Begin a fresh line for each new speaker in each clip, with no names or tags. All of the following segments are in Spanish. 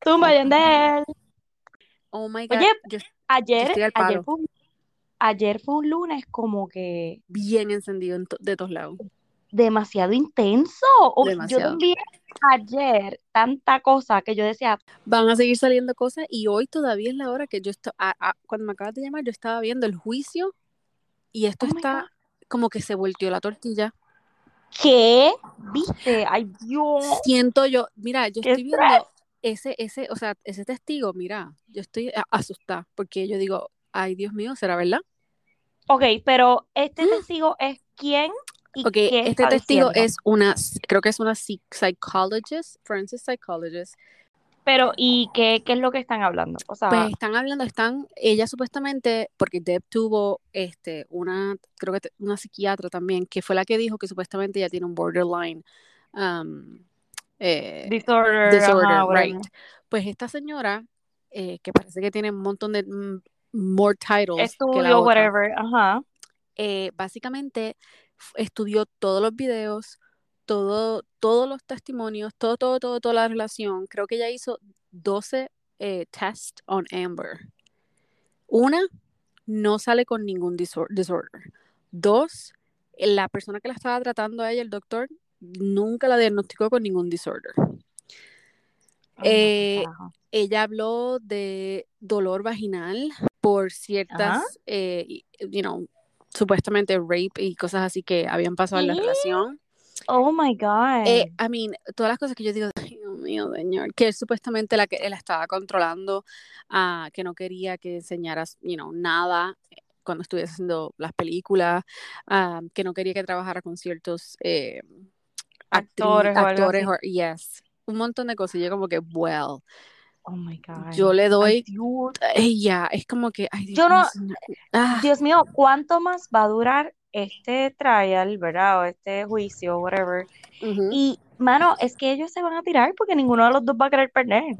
Tumba Yandel.
Oh my God.
Oye, pues
Yo estoy
ayer,
estoy
ayer,
al palo.
fue un, ayer fue un lunes como que
bien encendido en to- de todos lados.
demasiado intenso. O- yo
Demasiado.
también ayer tanta cosa que yo decía,
Van a seguir saliendo cosas y hoy todavía es la hora que yo estoy. cuando me acabas de llamar, yo estaba viendo el juicio y esto
Oh my
está como que se volteó la tortilla.
¿qué? ¿Viste? Ay, Dios.
Siento yo, mira, yo
Qué
estoy viendo ese, ese, o sea, ese testigo, mira, yo estoy a- asustada porque yo digo, ay, Dios mío, ¿será verdad?
Ok, pero este testigo es quién y
Ok,
qué
este
está
testigo
diciendo.
es una, creo que es una psy- psychologist, forensic psychologist,
Pero, ¿y qué, qué es lo que están hablando? O sea,
Pues están hablando, están, ella supuestamente, porque Deb tuvo este, una, creo que te- una psiquiatra también, que fue la que dijo que supuestamente ella tiene un borderline um, eh,
disorder,
disorder,
ajá, whatever.
right. Pues esta señora, eh, que parece que tiene un montón de mm, more titles que la
Estudio,
otra,
whatever, ajá.
eh, básicamente f- estudió todos los videos, todo, todos los testimonios, todo, todo, todo, toda la relación. Creo que ella hizo 12 eh, tests on Amber. Una, no sale con ningún disor- disorder. Dos, la persona que la estaba tratando a ella, el doctor, nunca la diagnosticó con ningún disorder.
Ay, no, qué
Eh,
carajo.
Ella habló de dolor vaginal por ciertas,
Ajá.
eh, y- you know, supuestamente rape y cosas así que habían pasado en la
¿Qué?
relación.
Oh my God.
Eh, I mean, todas las cosas que yo digo, "Ay, Dios mío, señor, que él supuestamente la que él la estaba controlando, ah, que no quería que enseñaras, you know, nada eh, cuando estuviese haciendo las películas, ah, que no quería que trabajara con ciertos eh, actri-
Actores o algo
actores,
así.
or- yes, un montón de cosas. Y yo como que, well,
Oh my God.
yo le
Ay,
doy,
Dios.
eh, ya, es como que, ay, Dios
Yo
mío,
no-
señor. Ah,
Dios mío, ¿cuánto más va a durar este trial, verdad? O este juicio, whatever.
ujú.
Y, mano, es que ellos se van a tirar porque ninguno de los dos va a querer perder.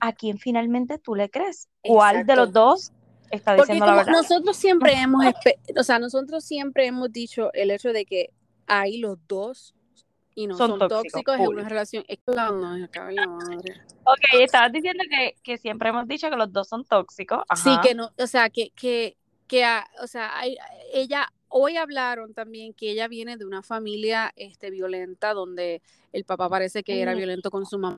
¿A quién finalmente tú le crees? ¿Cuál de los
Exacto.
dos está
Porque
diciendo la
como
verdad?
nosotros siempre hemos, espe- o sea, nosotros siempre hemos dicho el hecho de que ahí los dos y no
Son
son
tóxicos,
tóxicos en
full.
una relación. Es que la- no, me cago en la madre.
Ok, estabas diciendo que, que siempre hemos dicho que los dos son tóxicos.
Sí,
Ajá.
que no, o sea, que, que, que ah, o sea, hay- ella, hoy hablaron también que ella viene de una familia este, violenta donde el papá parece que era
Mm.
violento con su mamá.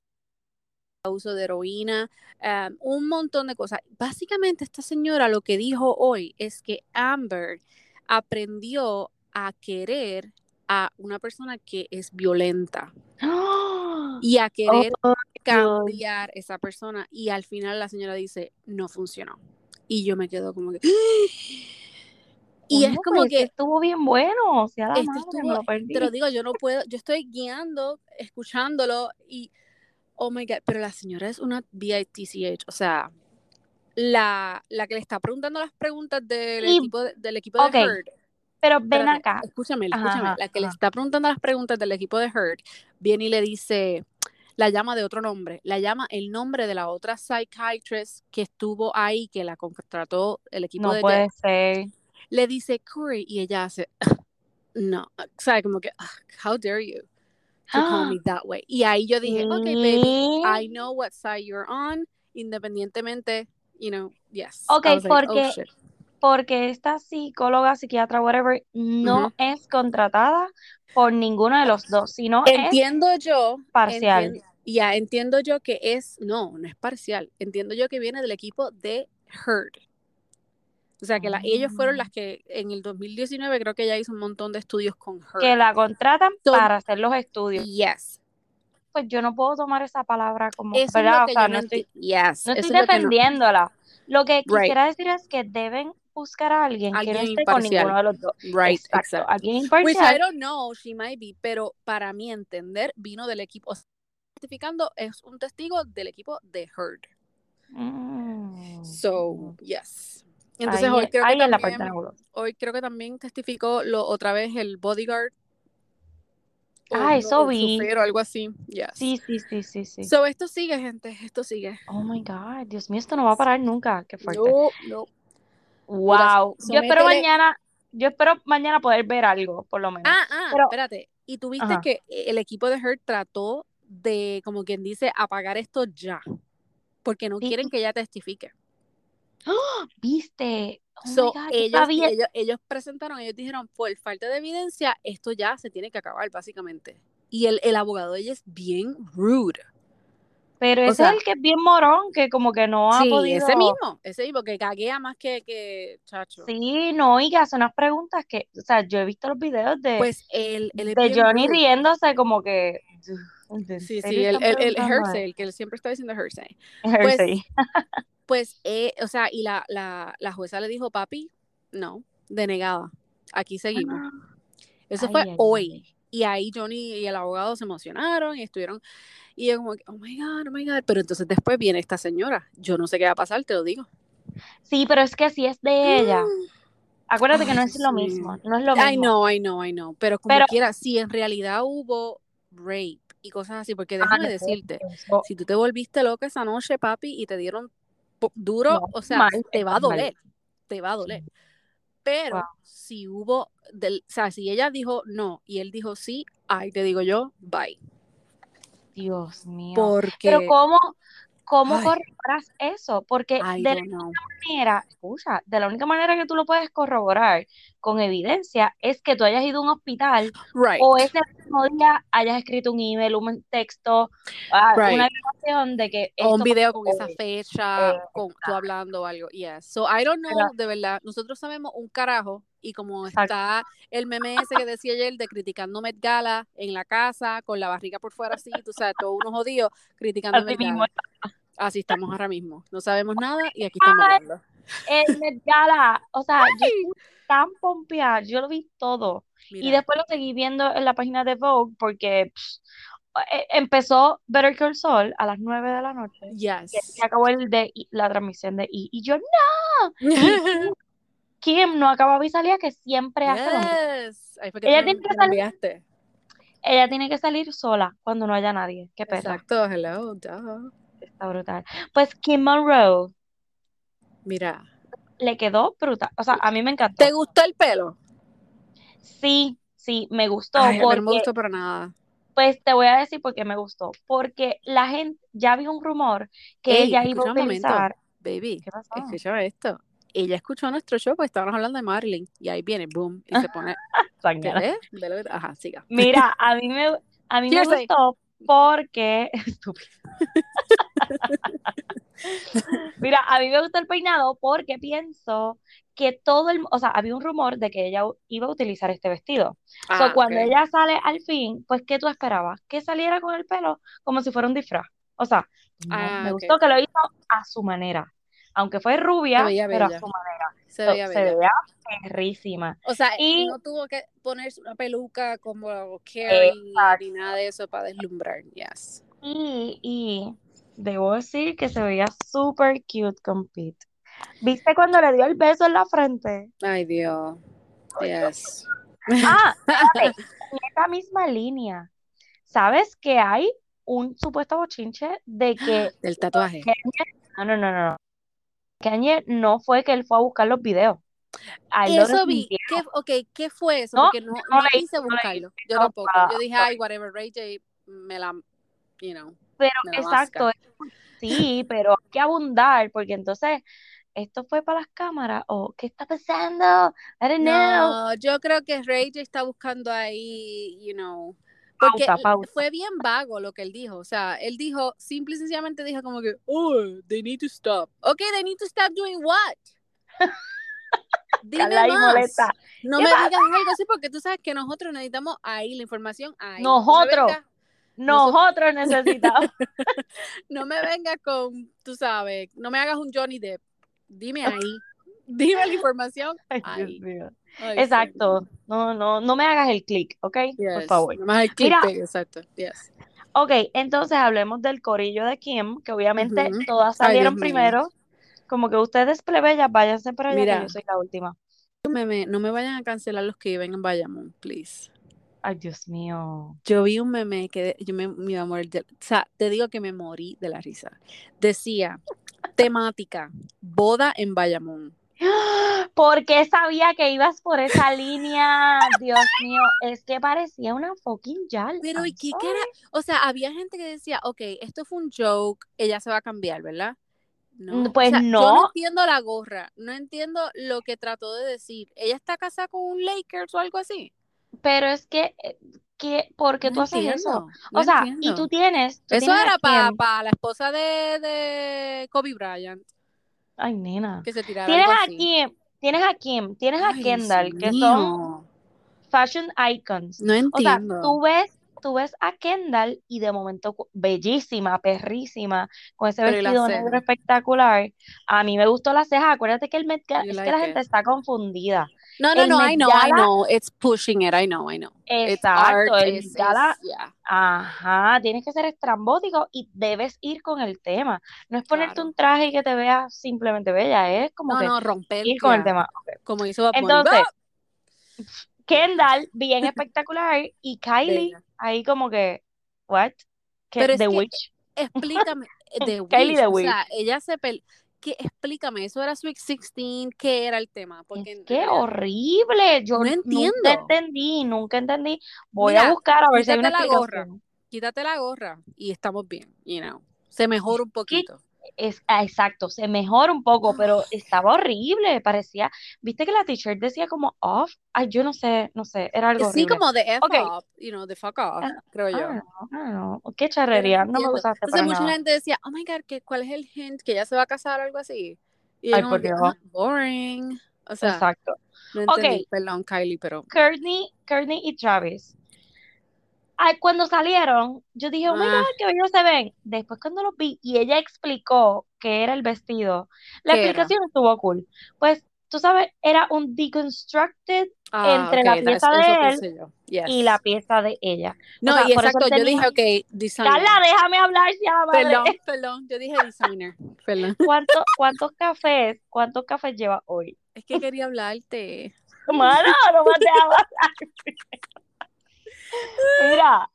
uso de heroína, um, un montón de cosas. Básicamente esta señora lo que dijo hoy es que Amber aprendió a querer a una persona que es violenta
¡Ah!
y a
Oh,
querer
Dios.
cambiar esa persona y al final la señora dice no funcionó. Y yo me quedo como que... Y es
Coño,
como
pues,
que
estuvo bien bueno. O sea, la
este
madre, me
estuvo,
lo perdí.
te lo digo, yo no puedo, yo estoy guiando, escuchándolo y, oh my God, pero la señora es una BITCH, o sea, la, la que le está preguntando las preguntas del
Y,
equipo, de- del equipo de
ok,
Herd,
pero ven
espérate,
acá.
escúchame,
Ajá,
escúchame,
ajá,
la que le
ajá.
está preguntando las preguntas del equipo de Herd, viene y le dice, la llama de otro nombre, la llama el nombre de la otra psychiatrist que estuvo ahí, que la contrató el equipo
No
de Deb,
puede ser.
le dice Corey y ella hace, no, o sea, como que, "Ah, how dare you to call
¡Ah!
me that way. Y ahí yo dije, ok, baby,
¿Qué?
I know what side you're on, independientemente, you know, yes.
Ok,
I was like, oh
porque,
shit.
porque esta psicóloga, psiquiatra, whatever, no
Ujú.
es contratada por ninguno de los dos, sino es
Entiendo yo,
parcial.
entiendo, ya, entiendo yo que es, no, no es parcial, entiendo yo que viene del equipo de Herd. O sea, que la- ellos fueron
Mm.
las que en el 2019 creo que ella hizo un montón de estudios con
Que
Herd.
la contratan
So,
para hacer los estudios.
yes,
Pues yo no puedo tomar esa palabra como,
eso es lo
¿verdad? O
que
sea,
yo no
no estoy,
entiendo. Yes,
no estoy
eso es lo que no.
defendiéndola. Lo que
Right,
quisiera decir es que deben buscar a alguien que no
alguien
esté con
imparcial.
ninguno de los dos.
Right,
Exacto,
exacto. Pues,
alguien
Which I
imparcial.
don't know, she might be, pero para mi entender, vino del equipo. o sea, Certificando es un testigo del equipo de Heard. So,
Mm.
yes. Entonces
Ahí, e,
hoy creo que
ahí en la parte
también,
nebulosa.
hoy creo que también testificó lo, otra vez el bodyguard o,
Ah,
no, o
eso
el
vi.
chofer o algo así. Yes.
Sí, sí, sí, sí, sí.
So, esto sigue, gente, esto sigue.
Oh my God, Dios mío, esto no va a parar nunca. Qué fuerte.
No, no. Mira,
Wow. Yo espero
sométele.
mañana, yo espero mañana poder ver algo, por lo menos.
Ah, ah,
Pero,
espérate. Y tú viste
ajá.
que el equipo de Hurt trató de, como quien dice, apagar esto ya. porque no
Sí.
quieren que ella testifique.
¿Viste? Oh my
So,
God, yo
ellos,
sabía.
ellos, ellos presentaron, ellos dijeron, por falta de evidencia, esto ya se tiene que acabar, básicamente. Y el, el abogado de ella es bien rude.
Pero
o
ese
sea-
es el que es bien morón, que como que no ha
sí,
podido.
ese mismo, ese mismo, que caguea más que, que chacho.
Sí, no, y que hace unas preguntas que, o sea, yo he visto los videos de,
Pues él, él es
de
bien
Johnny
rude.
riéndose como que. ¿en
Sí, sí,
serio
el,
están
el, el
preguntando
Hersey, el que él siempre está diciendo Hersey.
esto?
Pues, pues eh, o sea, y la, la, la jueza le dijo, papi, no, denegada. Aquí seguimos. Eso
Ah, Ay,
fue
ay, ay.
hoy. Y ahí Johnny y el abogado se emocionaron y estuvieron. Y yo, como, que, oh my God, oh my God. Pero entonces después viene esta señora. Yo no sé qué va a pasar, te lo digo.
Sí, pero es que si es de ella. Acuérdate que
Ay,
no es
Dios
lo
mío.
mismo, no es lo mismo.
Ay, no, ay, no, ay, no. Pero como
Pero-
quiera, si en realidad hubo rape y cosas así, porque
Ah,
déjame
no,
decirte,
eso-
si tú te volviste loca esa noche, papi, y te dieron po- duro,
No,
o sea,
mal,
te va a
mal.
doler, te va a doler. Pero
Wow.
si hubo, del, o sea, si ella dijo no y él dijo sí, ay, te digo yo, bye.
Dios mío. Pero
Porque,
¿cómo, cómo
Ay.
corroboras eso? Porque
ay,
de la
no.
manera, escucha, de la única manera que tú lo puedes corroborar con evidencia es que tú hayas ido a un hospital
Right,
o ese mismo día hayas escrito un email, un texto, ah,
Right.
una grabación de que
o un
esto
video con
pasó
esa
hoy.
fecha,
Eh,
con tú hablando o algo. Yes. So I don't know,
Pero-
de verdad. Nosotros sabemos un carajo y como
Exacto.
está el meme ese que decía ayer de criticando Met Gala en la casa, con la barriga por fuera así, tú sabes, todos unos jodidos criticando
Así
Met
mismo
Gala. Así estamos ahora mismo. No sabemos nada y aquí estamos
Ay.
hablando.
El Met Gala, o sea, yo estuve tan pompeada, yo lo vi todo. Y
Mira,
después lo seguí viendo en la página de Vogue porque pss, eh, empezó Better Call Saul a las 9 de la noche y ahí
yes.
se acabó el de y- la transmisión de I. Y yo, no, y- Kim no acababa y salía que siempre hace lo mismo.
yes. Ahí fue que
Ella
tú
tiene que
me- me
salir.
enviaste.
Ella tiene que salir sola cuando no haya nadie. Qué pesa,
Exacto, hello, duh.
está brutal. Pues Kim Monroe
Mira,
le quedó brutal, o sea, a mí me encantó.
¿te gustó el pelo?
Sí, sí, me gustó
Ay, a mí no me
porque
gustó para nada.
Pues te voy a decir por qué me gustó. Porque la gente, ya había un rumor que
Ey,
ella iba
escucha
a
un momento.
utilizar.
Baby,
¿Qué pasó?
escucha esto. Ella escuchó nuestro show porque estábamos hablando de Marilyn y ahí viene, boom, y se pone, ¿te
Sangana.
ves? Ve lo que- Ajá, siga.
Mira, a mí me, a mí me
Hearsay.
gustó porque. Estúpido. Mira, a mí me gustó el peinado porque pienso que todo el. O sea, había un rumor de que ella u- iba a utilizar este vestido. O
Ah,
cuando
ok.
ella sale al fin, pues, ¿qué tú esperabas? Que saliera con el pelo como si fuera un disfraz. O sea, no,
Ah,
me
ok,
gustó que
ok.
lo hizo a su manera. Aunque fue rubia,
veía
pero a
bella.
su manera.
Se
So,
veía
se
bella.
veía perrísima.
O sea,
Y
no tuvo que ponerse una peluca como Carrie ni
Exacto.
nada de eso para deslumbrar. Yes.
Y, y debo decir que se veía súper cute con Pete. ¿Viste cuando le dio el beso en la frente?
Ay, Dios. Yes.
Ah, espérate, en esta misma línea. ¿Sabes que hay un supuesto bochinche de que
Del tatuaje.
Kanye- no, no, no, no, no. Kanye no fue que él fue a buscar los videos. A él lo
Eso vi,
desmintieron.
¿qué, ok, ¿qué fue eso?
No,
Porque no,
no
no
leí,
quise
no leí,
buscarlo. Yo
no,
tampoco.
ah,
Yo dije, ay, whatever, Ray J, me la, you know,
Pero
me la
exacto,
masca.
sí, pero hay que abundar, porque entonces, ¿esto fue para las cámaras? ¿O qué está pasando? I don't know.
No, yo creo que Ray J está buscando ahí, you know, porque
Pauta, pauta.
fue bien vago lo que él dijo. O sea, él dijo, simple y sencillamente dijo como que, oh, they need to stop. Ok, they need to stop doing what? Dime
Carla ahí
más.
molesta.
No
¿Qué
me
pasa?
digas algo así porque tú sabes que nosotros necesitamos ahí la información ahí. No me
Nosotros.
vengas
Nosotros necesitamos.
No me vengas con, tú sabes, no me hagas un Johnny Depp. Dime ahí. Dime la información
Ay, Dios
ahí.
mío.
Ay,
Exacto. No, no, no me hagas el clic, ¿ok?
señor.
Por
Yes.
favor.
Nomás el
Mira.
clickbait, exacto. Yes.
Ok, entonces hablemos del corillo de Kim, que obviamente
Ujú.
todas
Ay, Dios
salieron
mío.
primero. Como que ustedes plebeyas, váyanse para allá, que
Mira.
yo soy la última.
Me- me- no me vayan a cancelar los que viven en Bayamón, please.
Ay, Dios mío.
Yo vi un meme que de- yo me, me iba a morir de- o sea, te digo que me morí de la risa. Decía, temática, boda en Bayamón.
Porque sabía que ibas por esa línea? Dios mío, es que parecía una fucking yal.
Pero,
I'm
¿y qué, qué
sorry.
era? O sea, había gente que decía, ok, esto fue un joke, ella se va a cambiar, ¿verdad? No.
Pues
O sea,
no.
Yo no entiendo la gorra, no entiendo lo que trató de decir. ¿Ella está casada con un Lakers o algo así?
Pero es que, eh, que ¿por qué
No
tú haces eso?
entiendo,
O
no
sea, y
entiendo.
tú tienes. tú
Eso
tienes a
era para
quién-
la esposa de, de Kobe Bryant,
Ay, nena.
que se tiraba
Tienes
algo
a
así.
Kim, tienes a Kim, tienes a
Ay, Dios
Kendall, que son
mío.
fashion icons.
No
O sea,
entiendo.
tú ves, tú ves a Kendall y de momento cu- bellísima, perrísima, con ese
Pero y las
vestido negro
cejas.
espectacular. A mí me gustó la ceja. Acuérdate que el Met Gala-
You
es que
like
la gente
it.
está confundida.
No, no,
El
no,
Met
I know, I
Gala,
know. It's pushing it, I know, I know. It's art,
exacto, el
it's,
Met Gala,
it's- yeah,
ajá, tienes que ser estrambótico y debes ir con el tema. No es ponerte
claro.
un traje y que te veas simplemente bella, es como
No,
que
no, romper,
ir con el
yeah.
tema. Ok.
Como hizo Bad Bunny.
Entonces,
Yeah,
Kendall, bien espectacular, y Kylie,
bella.
ahí como que, what? Que,
Pero es
The
que
Witch.
explícame, The
Kylie
Witch,
The
o
Witch.
sea, ella se pel... ¿Qué? Explícame, eso era Sweet 16, ¿qué era el tema? Porque
Es
en
que
realidad
horrible, yo
no
nunca
entiendo.
entendí, nunca entendí. Voy a
Mira,
buscar a ver si hay una
quítate la gorra,
explicación.
quítate la gorra y estamos bien, you know. Se mejora
Es
un
que
poquito.
es, ah, exacto, se mejora un poco, pero estaba horrible, parecía, viste que la t-shirt decía como off, ay, yo no sé, no sé, era algo
Sí,
horrible.
como de F
Ok,
up, you know, de fuck off,
ah,
creo
I
yo.
don't know, I don't know, qué
Pero no
charrería, no me
entiendo.
gustaste
Entonces
para
mucha
nada.
gente decía, oh my God, ¿qué, ¿cuál es el hint? ¿Que ella se va a casar o algo así? Y yo
Ay,
como
por
que,
Dios,
ah, boring. O sea,
exacto.
no entendí,
Ok,
perdón, Kylie, pero,
Courtney, Courtney y Travis. Ay, cuando salieron, yo dije, oh my
ah,
God, qué bellos se ven. Después cuando los vi y ella explicó qué era el vestido, la
¿qué era?
explicación estuvo cool. Pues, tú sabes, era un deconstructed
Ah,
entre la
ok, that's,
pieza
eso
de él
pensé yo.
y la
Yes.
pieza de ella. O
No,
sea,
y
por eso
exacto,
tenía...
yo dije, ok,
Carla,
designer.
déjame hablar ya, madre.
Perdón, perdón, yo dije designer. Perdón.
¿Cuánto, cuántos cafés, cuántos cafés lleva hoy?
Es que quería hablarte.
Mano, "Ah, no más te Mira,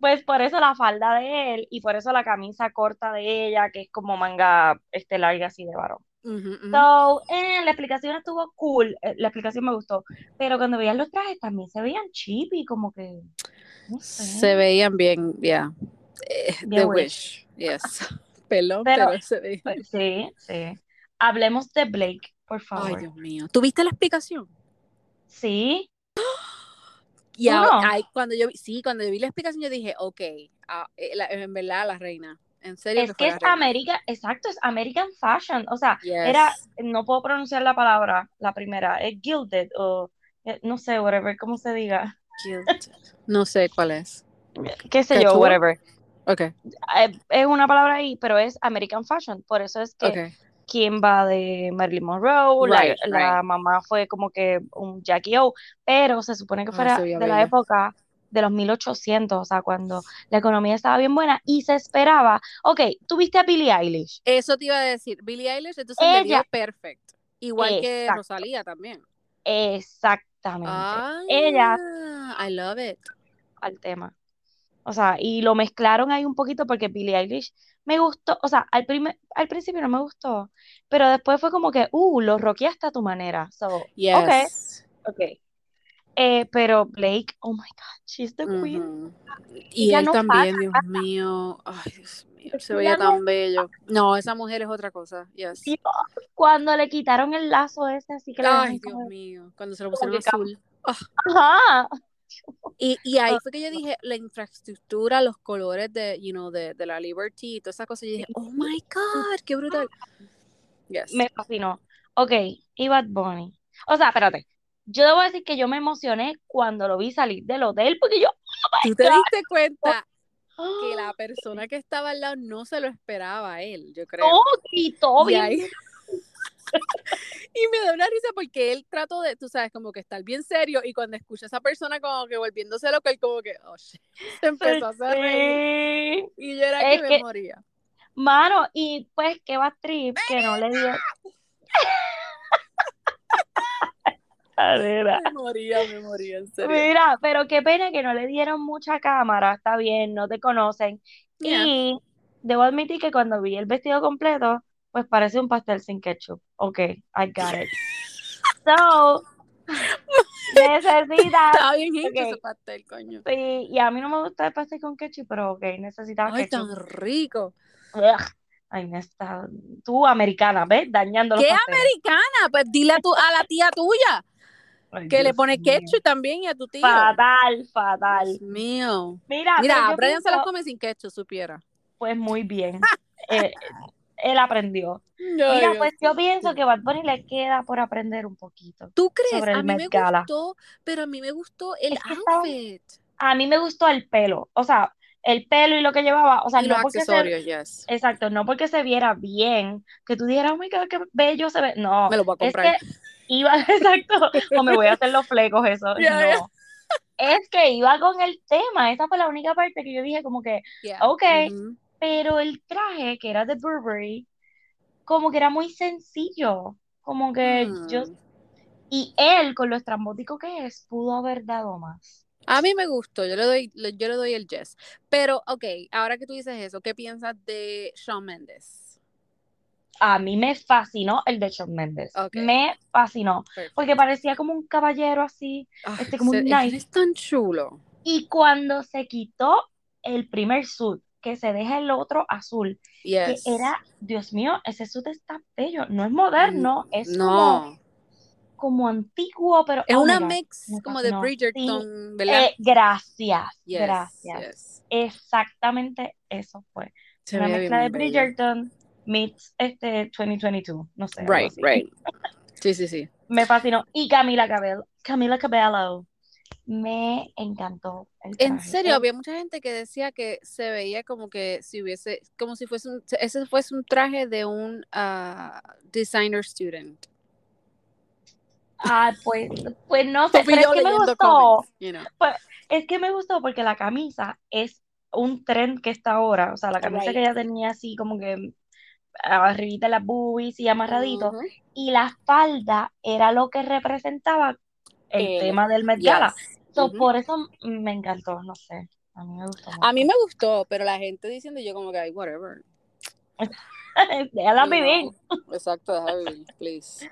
pues por eso la falda de él y por eso la camisa corta de ella, que es como manga este, larga así de varón.
Ujú, ujú.
So, eh, la explicación estuvo cool, eh, la explicación me gustó, pero cuando veían los trajes también se veían cheap y como que, no sé,
Se veían bien, ya. Eh,
eh. bien
The
weird.
Wish, yes. Perdón,
Pero,
pero se veían.
pues, sí, sí. Hablemos de Blake, por
Ay,
favor.
Dios mío. ¿Tuviste la explicación?
Sí,
Y
tú
a-
no.
ay, cuando yo vi, sí, cuando yo vi la explicación, yo dije, ok, ah, eh, la- en verdad la reina. En serio que
Es
fue
que
la
es
reina.
América, exacto, es American Fashion. O sea, era,
Yes.
no puedo pronunciar la palabra, la primera, es gilded o eh, no sé, whatever, cómo se diga,
Guilty. No sé cuál es.
qué sé yo,
¿Cachua?
whatever.
Ok,
Eh, es una palabra ahí, pero es American Fashion. Por eso es que
ok.
quien va de Marilyn Monroe, la,
Right, right.
la mamá fue como que un Jackie O, pero se supone que
Ay, se
fuera
veía
de la
bella.
época de los 1800, o sea, cuando la economía estaba bien buena y se esperaba, ok, tuviste a Billie Eilish,
Eso te iba a decir. Billie Eilish entonces le dio
ella,
perfect. Igual que
exacto.
Rosalía también.
Exactamente. Ella
Ah, I love it.
al tema. O sea, y lo mezclaron ahí un poquito porque Billie Eilish me gustó. O sea, al, primer, al principio no me gustó, pero después fue como que, uh, lo rockeaste a tu manera. So, ok,
Yes.
ok. Eh, pero Blake, oh my God, she's the queen.
Ujú. Y
Ella
él
no falla.
también, Dios mío. Ay, Dios mío, se
Ella
veía
no.
tan bello. No, esa mujer es otra cosa. Yes.
Dios, cuando le quitaron el lazo ese, así que le
Ay,
dejaron
Dios
como,
mío, cuando se lo
como
pusieron
que. cam-
azul.
Ajá.
Ah, Y, y ahí fue que yo dije, la infraestructura, los colores de, you know, de, de la Liberty, y toda esa cosa. Yo dije, oh my God, qué brutal. Yes.
Me fascinó. Ok, y Bad Bunny. O sea, espérate. Yo debo decir que yo me emocioné cuando lo vi salir del hotel porque yo, oh
¿Tú
my
te
God.
diste cuenta que la
¡Ah!
persona que estaba al lado no se lo esperaba a él, yo
No,
creo?
gritó
Y
¡Oh, bien.
ahí, y me da una risa porque él trató de, tú sabes, como que estar bien serio y cuando escucha a esa persona como que volviéndose loco, él como que, oh, shit, se empezó a hacer reír.
Sí.
Y yo era que
Es
me
que,
moría.
mano, y pues qué va trip que no le dio. cadera.
Me moría, me moría, en serio.
Mira, pero qué pena que no le dieron mucha cámara, está bien, no te conocen.
Yeah.
Y debo admitir que cuando vi el vestido completo, pues parece un pastel sin ketchup. Ok, I got it. So, necesitas,
Estaba bien hecho ese
ok,
pastel, coño.
sí, y a mí no me gusta el pastel con ketchup, pero Ah, ok, necesitaba
Ay, tan
ketchup.
rico.
Ugh. Ay, me está... Tú, americana, ¿ves? Dañando los
¿Qué
pasteles.
americana? Pues dile a, tu, a la tía tuya
Ay,
que le
Dios
pone
mío.
ketchup también y a tu tío.
Fatal, fatal.
Dios mío.
Mira, pero
Mira,
yo
Brian se
pienso-
lo come sin ketchup, supiera.
Pues muy bien. Eh, él aprendió.
Ay,
Mira,
Dios.
pues yo pienso que Bad Bunny le queda por aprender un poquito.
¿Tú crees?
sobre el
A mí me
Met Gala.
gustó, pero a mí me gustó el
Es que estaba-
outfit.
A mí me gustó el pelo, o sea, el pelo y lo que llevaba, o sea,
Y
no
los
porque se-
accesorios, yes.
exacto, no porque se viera bien, que tú dijeras, oh my God, qué bello se ve. No,
Me los voy a
es
comprar.
que iba, exacto, o me voy a hacer los flecos, eso,
Ya, ya.
no. Es que iba con el tema, esa fue la única parte que yo dije como que,
Yeah. Mm-hmm.
ok,
Ujú.
pero el traje que era de Burberry, como que era muy sencillo, como que eh, yo,
Mm.
y él con lo estrambótico que es, pudo haber dado más.
A mí me gustó, yo le doy, le- yo le doy el yes. Pero, ok, ahora que tú dices eso, ¿qué piensas de Shawn Mendes?
A mí me fascinó el de Shawn Mendes.
Ok.
Me fascinó.
Perfecto.
Porque parecía como un caballero así.
Ay,
Pues, este, como un
se- él
knight.
es tan chulo.
Y cuando se quitó el primer suit, que se deja el otro azul, que
Yes.
era, Dios mío, ese suit está bello. No es moderno, es como,
Mm, No.
como antiguo, pero.
Es
oh my
una
God,
mix
me
como de
fascinó. Sí,
Bridgerton, ¿verdad?
eh, gracias,
yes,
gracias.
yes.
Exactamente eso fue.
Se
Una
veía
mezcla de
bien bello.
Bridgerton meets este 2022, no sé, algo
Right,
así.
right. Sí, sí, sí.
Me fascinó. Y Camila Cabello. Camila Cabello. Me encantó el
En
traje.
serio,
Eh,
había mucha gente que decía que se veía como que si hubiese, como si fuese un, ese fuese un traje de un ah, designer student.
Ah, pues, pues no sé, pero es
Yo
que me
leyendo
gustó.
cómics, you know.
Es que me gustó porque la camisa es un tren que está ahora. O sea, la camisa que
Right.
ella tenía así como que arribita de las boobies y amarradito. pues,
Ujú.
Y la falda era lo que representaba el
El-
tema del Met Gala.
yes.
So,
Ujú.
por eso me encantó, no sé. A mí me gustó
A mí
mucho.
me gustó, pero la gente diciendo yo como que, "Ay, whatever.
Déjala
You
vivir.
know. Exacto, deja vivir, please.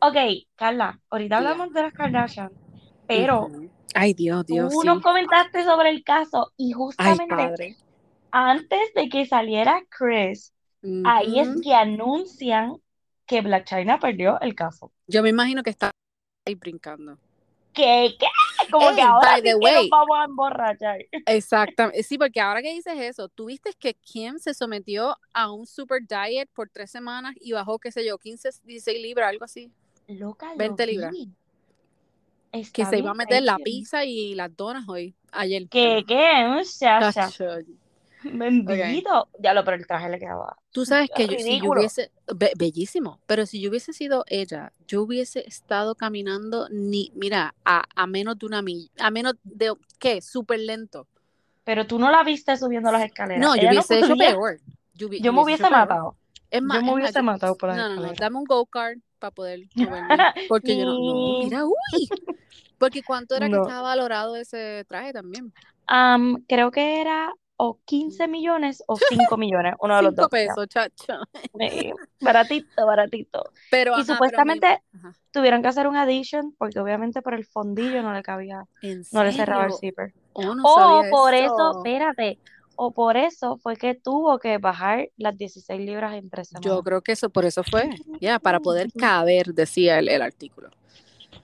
Ok, Carla, ahorita
Yeah.
hablamos de las Kardashian, pero
Ujú. Ay, Dios, Dios,
tú
sí.
nos comentaste sobre el caso y
Ay,
justamente
padre.
antes de que saliera Chris, ahí es
Ujú.
que anuncian que Black China perdió el caso.
Yo me imagino que está ahí brincando.
¿Qué? ¿Qué? Como que
Ey,
ahora
by
sí
the
que nos
way.
vamos a emborrachar.
Exactamente. eh, Sí, porque ahora que dices eso, ¿tú viste que Kim se sometió a un super diet por tres semanas y bajó, qué sé yo, 15, 16 libras, algo así?
Loca, lo
20 libras.
vi.
Que
Está
se iba
bien
a meter la
crazy.
pizza y las donas hoy, ayer.
¿Qué? ¿Qué? O sea, o sea,
Tacho.
bendito. Ya lo, pero el traje le quedaba
Tú sabes que yo- si yo
ridículo.
hubiese, be- bellísimo, pero si yo hubiese sido ella, yo hubiese estado caminando ni, mira, a, a menos de una milla, a menos de, ¿qué? Súper lento.
Pero tú no la viste subiendo las escaleleras.
No, yo
Ella no
hubiese hecho
podía.
peor. Yo, hubi-
Yo
yo
me
hubiese
hubiese
hecho peor.
matado.
Es más,
Yo me
es más, yo-
hubiese matado por las
no, no, no,
escaleras.
dame un go-kart para poder moverme, porque yo no, no,
Ni-
mira, uy, porque cuánto era que
No.
estaba valorado ese traje también.
Am, creo que era o 15 millones o 5 millones, uno de los
Cinco
dos. ya.
pesos, chacho.
Eh, baratito, baratito.
Pero,
Y
ajá, pero me...
supuestamente
Ajá.
tuvieron que hacer un addition porque obviamente por el fondillo no le cabía,
¿En
no le cerraba el
serio?
zipper.
Oh, no
O
sabía
por eso,
eso.
espérate, o por eso fue que tuvo que bajar las 16 libras en tres
Yo
semanas.
creo que eso, por eso fue, ya, para poder caber, decía el, el artículo.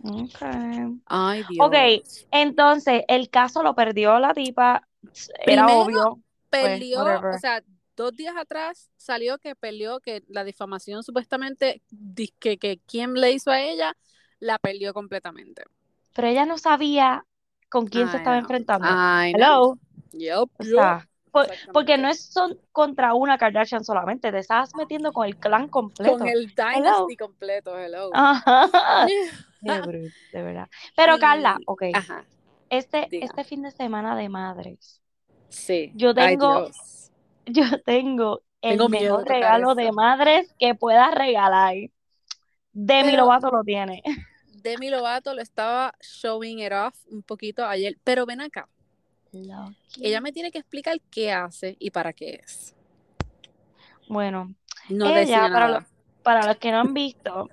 Okay.
Ay,
Ok,
Dios.
entonces el caso lo perdió la tipa, s- era
Primero
obvio, pues,
perdió, o
whatever.
sea, dos días atrás salió que peleó que la difamación supuestamente, que, que quién le hizo a ella, la perdió completamente.
Pero ella no sabía con quién se
I
estaba
know,
enfrentando.
I know.
Hello,
Yup,
o
yup.
sea, por- porque
Exactamente.
no es son contra una Kardashian solamente, te estabas metiendo con el clan
Con
completo.
el
Hello. Ah,
Dynasty completo, hello.
Ajá. Qué bruto, de verdad. Pero Carla,
Y,
ok,
ajá,
este,
Ah, diga.
este fin de semana de madres,
Sí,
yo
ay,
tengo,
Dios.
yo tengo el
Tengo miedo
mejor
de tocar
regalo
eso.
de madres que puedas regalar. Demi
Pero
Lovato lo tiene.
Demi Lovato lo estaba showing it off un poquito ayer, pero ven acá. Ella
Lucky.
me tiene que explicar qué hace y para qué es.
Bueno,
No
ella,
decía
para, lo-
nada.
para los que no han visto,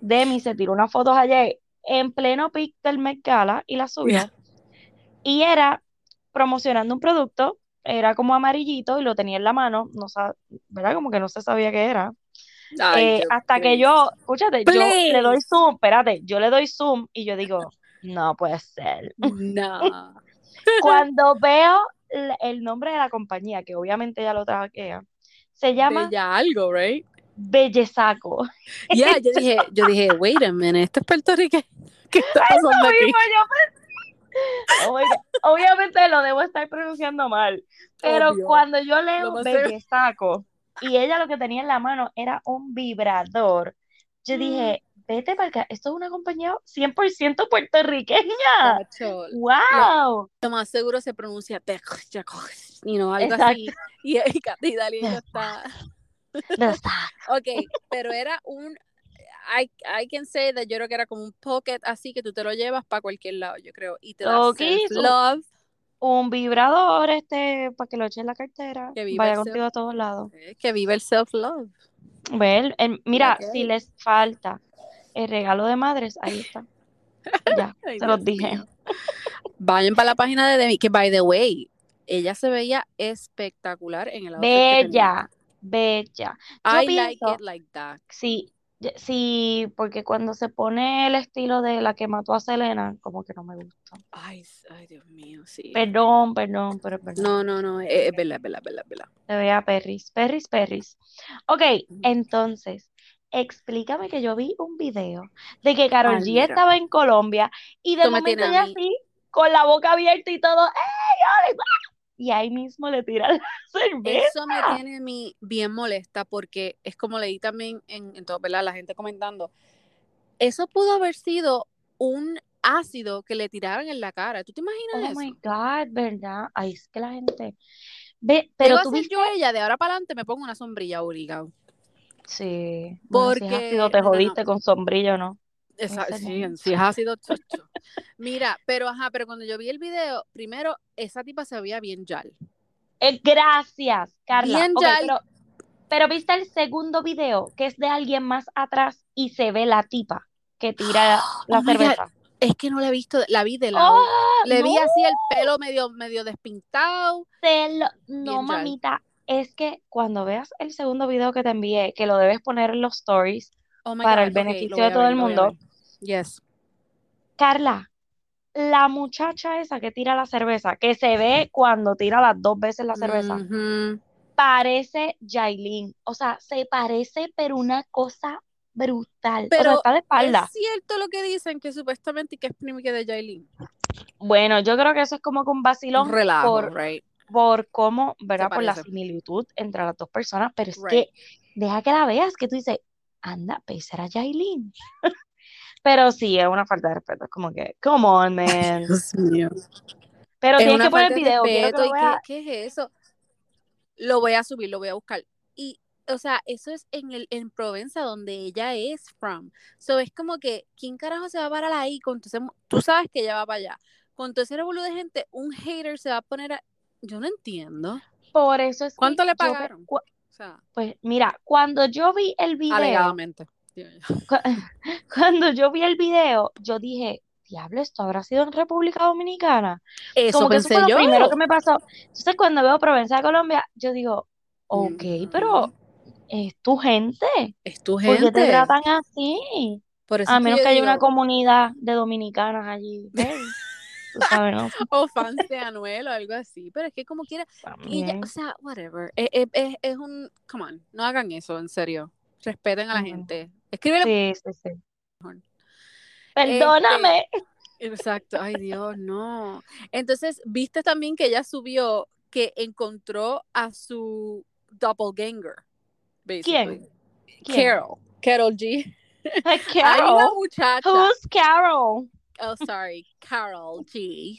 Demi se tiró unas fotos ayer en pleno pic del Met Gala y las subió. Y era promocionando un producto, era como amarillito y lo tenía en la mano, no sab ¿verdad? Como que no se sabía qué era.
Ay,
Eh,
Dios,
hasta que
please.
yo, escúchate, yo
Please.
le doy zoom, espérate, yo le doy zoom y yo digo, no puede ser.
No.
Cuando veo la- el nombre de la compañía, que obviamente ya lo traquea, se llama
Ya algo, right?
Bellezaco.
Ya, yo dije, yo dije, wait a minute, esto es puertorriqueño. ¿Qué está pasando aquí?
mismo pues, yo pensé. Oiga, obviamente lo debo estar pronunciando mal, pero
Obvio.
cuando yo
Lo
leo
más seguro.
Bellezaco y ella lo que tenía en la mano era un vibrador, yo dije, vete para acá, esto es una compañía 100% puertorriqueña.
Chacho,
¡Wow!
Lo más seguro se pronuncia Tejaco, y no algo
Exacto.
así. Y, y Katy Dalí ya está.
Bellezaco.
Ok, pero era un. I, I can say that yo creo que era como un pocket así que tú te lo llevas para cualquier lado, yo creo. Y te da
Ok, so-
love.
Un vibrador este para que lo eche en la cartera,
Que viva
vaya
el
contigo a todos lados.
Que vive el self love.
Ver, el- mira,
Ok.
si les falta el regalo de madres, ahí está. Ya,
Ay,
se los
Dios
dije.
mío. Vayan para la página de Demi, que by the way, ella se veía espectacular en el outfit que tenía.
Bella, bella.
I
pienso-
like it like that.
Sí, ye- sí, porque cuando se pone el estilo de la que mató a Selena, como que no me gusta.
Ay, s- ay, Dios mío, sí.
Perdón, perdón, pero perdón.
No, no, no, eh, es verdad, es verdad, es verdad, es verdad.
Se veía Perris, Perris, Perris. Ok, entonces, explícame que yo vi un video de que Karol
Ay,
G
mira.
estaba en Colombia y de
Tú me
momento
tienes a
ella
mí.
así, con la boca abierta y todo, ¡Ey, ole, ah! Y ahí mismo le tiran la cerveza.
Eso me tiene mi bien molesta porque es como leí también en, en todo, ¿verdad? La gente comentando. Eso pudo haber sido un ácido que le tiraron en la cara. ¿Tú te imaginas
Oh my
eso?
God, ¿verdad? Ay, es que la gente. Ve,
¿Qué
pero
iba a
tú
hacer
viste.
yo ella de ahora para adelante me pongo una sombrilla obligado.
Sí, bueno, si es
Porque-
ácido, te
no, no, no.
jodiste con sombrilla, ¿no?
Esa,
Ese
sí,
no.
sí, ha sido chocho. Mira, pero ajá, pero cuando yo vi el video, primero, esa tipa se veía bien yal.
Eh, gracias, Carla.
Bien,
Ok,
ya-
pero, pero viste el segundo video, que es de alguien más atrás y se ve la tipa que tira la
Oh my God.
cerveza.
Es que no la he visto, la vi de lado.
¡Ah!
Le vi
no,
así el pelo medio, medio despintado.
te lo- no,
Bien, ya.
mamita, es que cuando veas el segundo video que te envié, que lo debes poner en los stories,
Oh my
Para
God,
el
ok, lo
beneficio
voy a
de todo
ver,
el
lo voy a
mundo.
ver. Yes.
Carla, la muchacha esa que tira la cerveza, que se ve cuando tira las dos veces la cerveza,
Mm. Ujú.
parece Yailin. O sea, se parece, pero una cosa brutal. o
Pero
sea, está de espalda.
Es cierto lo que dicen que supuestamente que es prima que de Jailin.
Bueno, yo creo que eso es como que un vacilón
Un relajo,
por,
right?
por cómo, ¿verdad?
Se
Por la
parece.
similitud entre las dos personas, pero es
Right.
que deja que la veas, que tú dices, anda, pues será Yailin. Pero sí, es una falta de respeto, es como que, come on, man.
Dios mío.
Pero
es
tienes
una
que poner el
falta de
video, quiero que
respeto.
lo
¿Y
veas.
qué, qué es eso? Lo voy a subir, lo voy a buscar. Y, o sea, eso es en el en Provenza, donde ella es from. So es como que, ¿quién carajo se va a parar ahí? Con todo ese mu- tú sabes que ella va para allá. Con todo ese revolú de gente, un hater se va a poner a. Yo no entiendo.
Por eso es que
¿Cuánto le
yo pe-
pagaron?
cu-
O sea,
pues mira, cuando yo vi el video,
alegadamente. Digo yo.
cu- cuando yo vi el video, yo dije, diablo, esto habrá sido en República Dominicana.
Eso
Como que eso
pensé
fue lo
yo.
primero que me pasó. Entonces, cuando veo Provenza de Colombia, yo digo, ok,
Ujú.
pero es tu gente.
Es tu
¿Por
gente.
qué te tratan así?
Por eso
A
es
menos
yo
que haya una
digo,
comunidad de dominicanas allí. hey, tú sabes, ¿no? Pues,
o fans de Anuel o algo así. Pero es que como quiera. Y ya,
También.
o sea, whatever. Es, es- es- es un. Come on, no hagan eso, en serio. Respeten a la
Ujú.
gente. Escríbele.
Sí, sí, sí.
este, Mejor.
Perdóname.
Exacto. Ay, Dios, no. Entonces, viste también que ella subió que encontró a su doppelganger. Basically.
¿Quién?
Carol. Carol G. Hay una
Carol.
muchacha.
Who's Carol?
Oh, sorry, Carol G.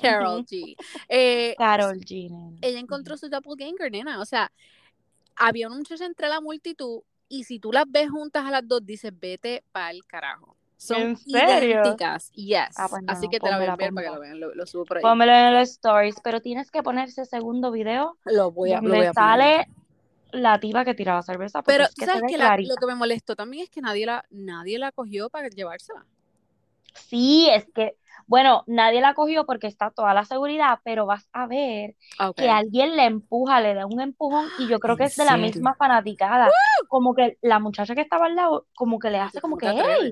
Carol G. Eh,
Carol G. nena.
ella encontró su doppelganger, nena. O sea, había una muchacha entre la multitud y si tú las ves juntas a las dos, dices, vete pa'l carajo. Son
¿En serio?
idénticas, yes.
Ah, pues no,
Así que te la voy a
pónmela,
enviar para que
pónmela.
lo vean, lo, lo subo por ahí.
Pónmelo en los stories, pero tienes que poner ese segundo video
Lo voy a, lo
donde
voy a poner.
sale la tipa que tiraba cerveza, porque
Pero
es
tú
que se
sabes
ve
que la-
clarito.
lo que me molestó también es que nadie la, nadie la cogió para llevársela.
Sí, es que, bueno, nadie la cogió porque está toda la seguridad, pero vas a ver
Okay.
que alguien le empuja, le da un empujón y yo creo que
¿En
es de la
serio?
misma fanaticada. Como que la muchacha que estaba al lado, como que le hace como que,
te atreves?
hey,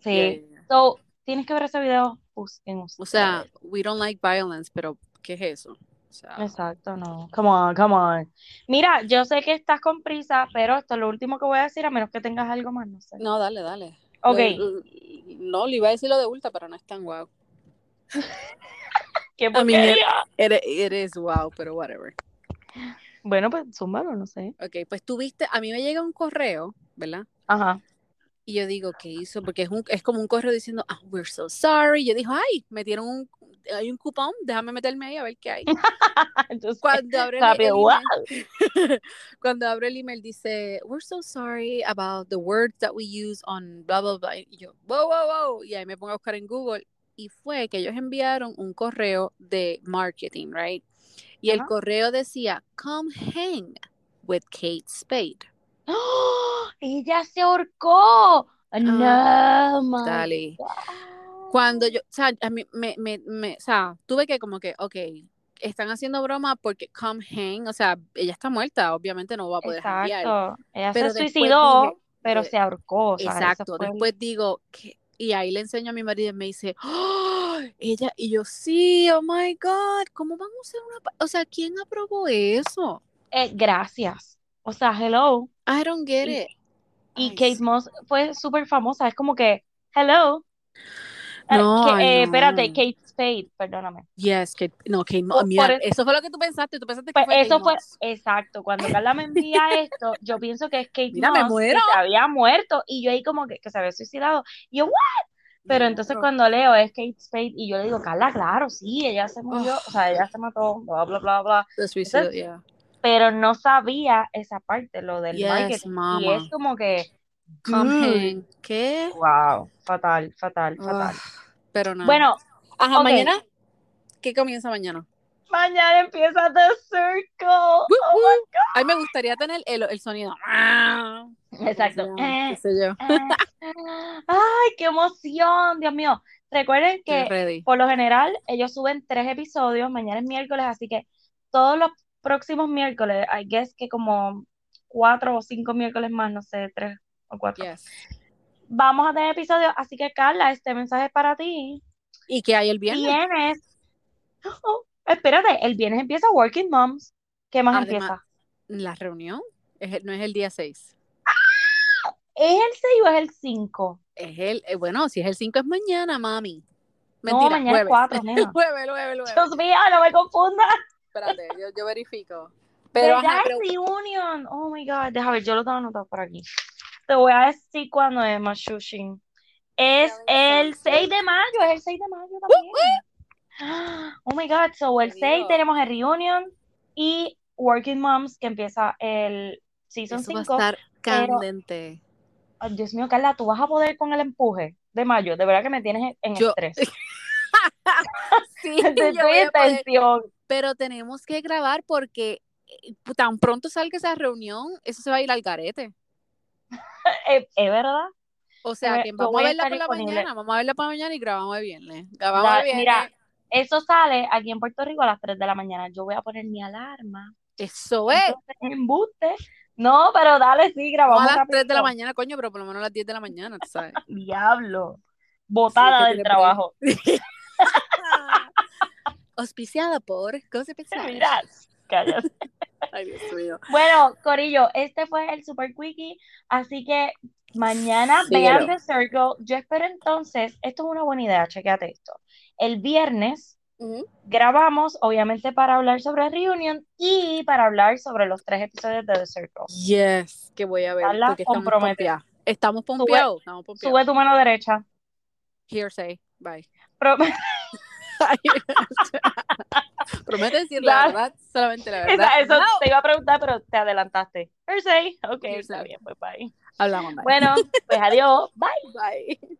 sí.
Yeah, yeah, yeah.
So, tienes que ver ese video, pues, busquen
O sea, ah. we don't like violence, pero ¿qué es eso? O sea,
Exacto, no. Come on, come on. Mira, yo sé que estás con prisa, pero esto es lo último que voy a decir, a menos que tengas algo más, no sé.
no, dale, dale.
Ok,
Lo- no, le iba a decir lo de Ulta, pero no es tan guau.
qué
mí me-
porquería.
It, it is wow, pero whatever.
Bueno, pues zúmbalo, no sé.
Ok, pues tuviste, a mí me llega un correo, ¿verdad?
Ajá.
Y yo digo, ¿qué hizo? Porque es, un, es como un correo diciendo, ah, we're so sorry. Yo digo, ay, metieron un, hay un cupón, déjame meterme ahí a ver qué hay.
Entonces,
Cuando abro el, el
rápido,
email,
wow.
cuando abro el email dice, we're so sorry about the words that we use on blah, blah, blah. Y yo, wow, wow, wow. Y ahí me pongo a buscar en Google. Y fue que ellos enviaron un correo de marketing, right? Y el
Ajá.
correo decía, come hang with Kate Spade.
¡Oh! ¡Ella se ahorcó! No, my
Ah, Dale.
God.
Cuando yo, o sea, a mí me, me, me- o sea, tuve que como que, ok, están haciendo broma porque come hang, o sea, ella está muerta, obviamente no va a poder hanguear.
Exacto. Ella se
Pero después
suicidó,
dije-
pero
de-
se ahorcó, o sea, eso
Exacto.
fue el-
Después digo, ¿qué? y ahí le enseño a mi marido y me dice, "¡Ah! ella, y yo, sí, oh my God, ¿cómo van a usar una? pa-?" O sea, ¿quién aprobó eso?
Eh, gracias. O sea, hello.
I don't get
Y-
it.
Y
Ay,
Kate
sí.
Moss fue súper famosa, es como que, hello. Eh,
No,
que-
ay,
eh, espérate,
no.
Kate Spade, perdóname.
Yes, que no, que
Por-
mira,
por e-
eso fue lo que tú pensaste, tú pensaste que
Pues
fue
eso
Kate
fue,
Moss.
exacto, cuando Carla me envía esto, yo pienso que es Kate
Mira, me
Moss
muero.
que se había muerto y yo ahí como que, que se había suicidado. Y yo, "What?". Pero
Me
entonces
muero.
cuando leo es Kate Spade y yo le digo, Carla, claro, sí, ella se murió, o sea, ella se mató, bla, bla, bla, bla.
The suicidio, yeah.
Pero no sabía esa parte, lo del
Yes,
marketing. Y
mama.
es como que,
Come
dude,
hang. ¿Qué?
wow, fatal, fatal, fatal.
Ugh, pero no.
Bueno,
Ajá,
ok.
mañana. ¿Qué comienza mañana?
Mañana empieza The Circle. Oh
Woo, woo.
my-
A mí me gustaría tener el, el sonido.
Exacto.
O sea, qué sé yo.
Ah, ah. Ay, qué emoción, Dios mío. Recuerden
Estoy
que
ready.
por lo general ellos suben tres episodios. Mañana es miércoles, así que todos los próximos miércoles, I guess que como cuatro o cinco miércoles más, no sé, tres o cuatro.
Yes.
Vamos a tener episodios, así que Carla, este mensaje es para ti.
¿Y qué hay el viernes?
Tienes. Oh, espérate, el viernes empieza Working Moms. ¿Qué más
Además-
empieza?
La reunión. Es el- no es el día 6.
¿Es el 6 o es el 5?
Es el, eh, bueno, si es el 5 es mañana, mami.
No,
Mentira,
mañana es
jueves.
4, nena.
Jueves, jueves, jueves.
Dios mío, no me confundas.
Espérate, yo, yo verifico.
Pero,
Pero, ajá, pero-
Union. Oh my God. Déjame ver, yo lo tengo anotado por aquí. Te voy a decir cuándo es Mashushin. Es
Ya Uh, ven,
el
sí.
6 de mayo, es el 6 de mayo también.
uh.
Ah, Oh my God. So, el
Te
6
digo.
tenemos el Reunion y Working Moms que empieza el Season
eso va a
5.
estar
pero-
candente.
Ay, Dios mío, Carla, tú vas a poder con el empuje de mayo. De verdad que me tienes en en
Yo-
estrés.
Sí,
Te
yo
estoy
voy a
en
poder
tensión.
pero tenemos que grabar porque eh, tan pronto salga esa reunión, eso se va a ir al garete.
Es es verdad.
O sea,
Yo-
que
yo
vamos
voy
a
a
verla
estar
por la
disponible.
mañana, vamos a verla para mañana y grabamos el viernes. Grabamos
Da-
el viernes.
mira, eso sale aquí en Puerto Rico a las 3 de la mañana. Yo voy a poner mi alarma.
Eso es.
Entonces, embuste. No, pero dale, sí,
No a
grabamos
las 3 de la
rapidito.
mañana, coño, pero por lo menos a las 10 de la mañana, tú sabes.
Diablo.
Sí,
Botada del
que tiene
trabajo.
Auspiciada por Cosas Pensadas.
Mira, cállate.
Ay, Dios mío.
Bueno, Corillo, este fue el Super Quickie. Así que mañana vean
Síguelo.
The Circle. Yo espero entonces, esto es una buena idea, chequéate esto. El viernes.
Ujú.
grabamos, obviamente, para hablar sobre Reunion y para hablar sobre los tres episodios de The Circle.
Yes, que voy a ver,
Carla,
porque estamos
compromete.
pompeados. Estamos pompeados, estamos pompeados.
Sube tu mano derecha.
Hearsay, bye.
Pro-
Promete decir la
Dale.
verdad, solamente la verdad.
Esa- eso
No.
te iba a preguntar, pero te adelantaste. Hersey. Ok,
Hearsay.
está bien, pues bye.
Hablamos, bye.
Bueno, pues adiós. Bye.
Bye.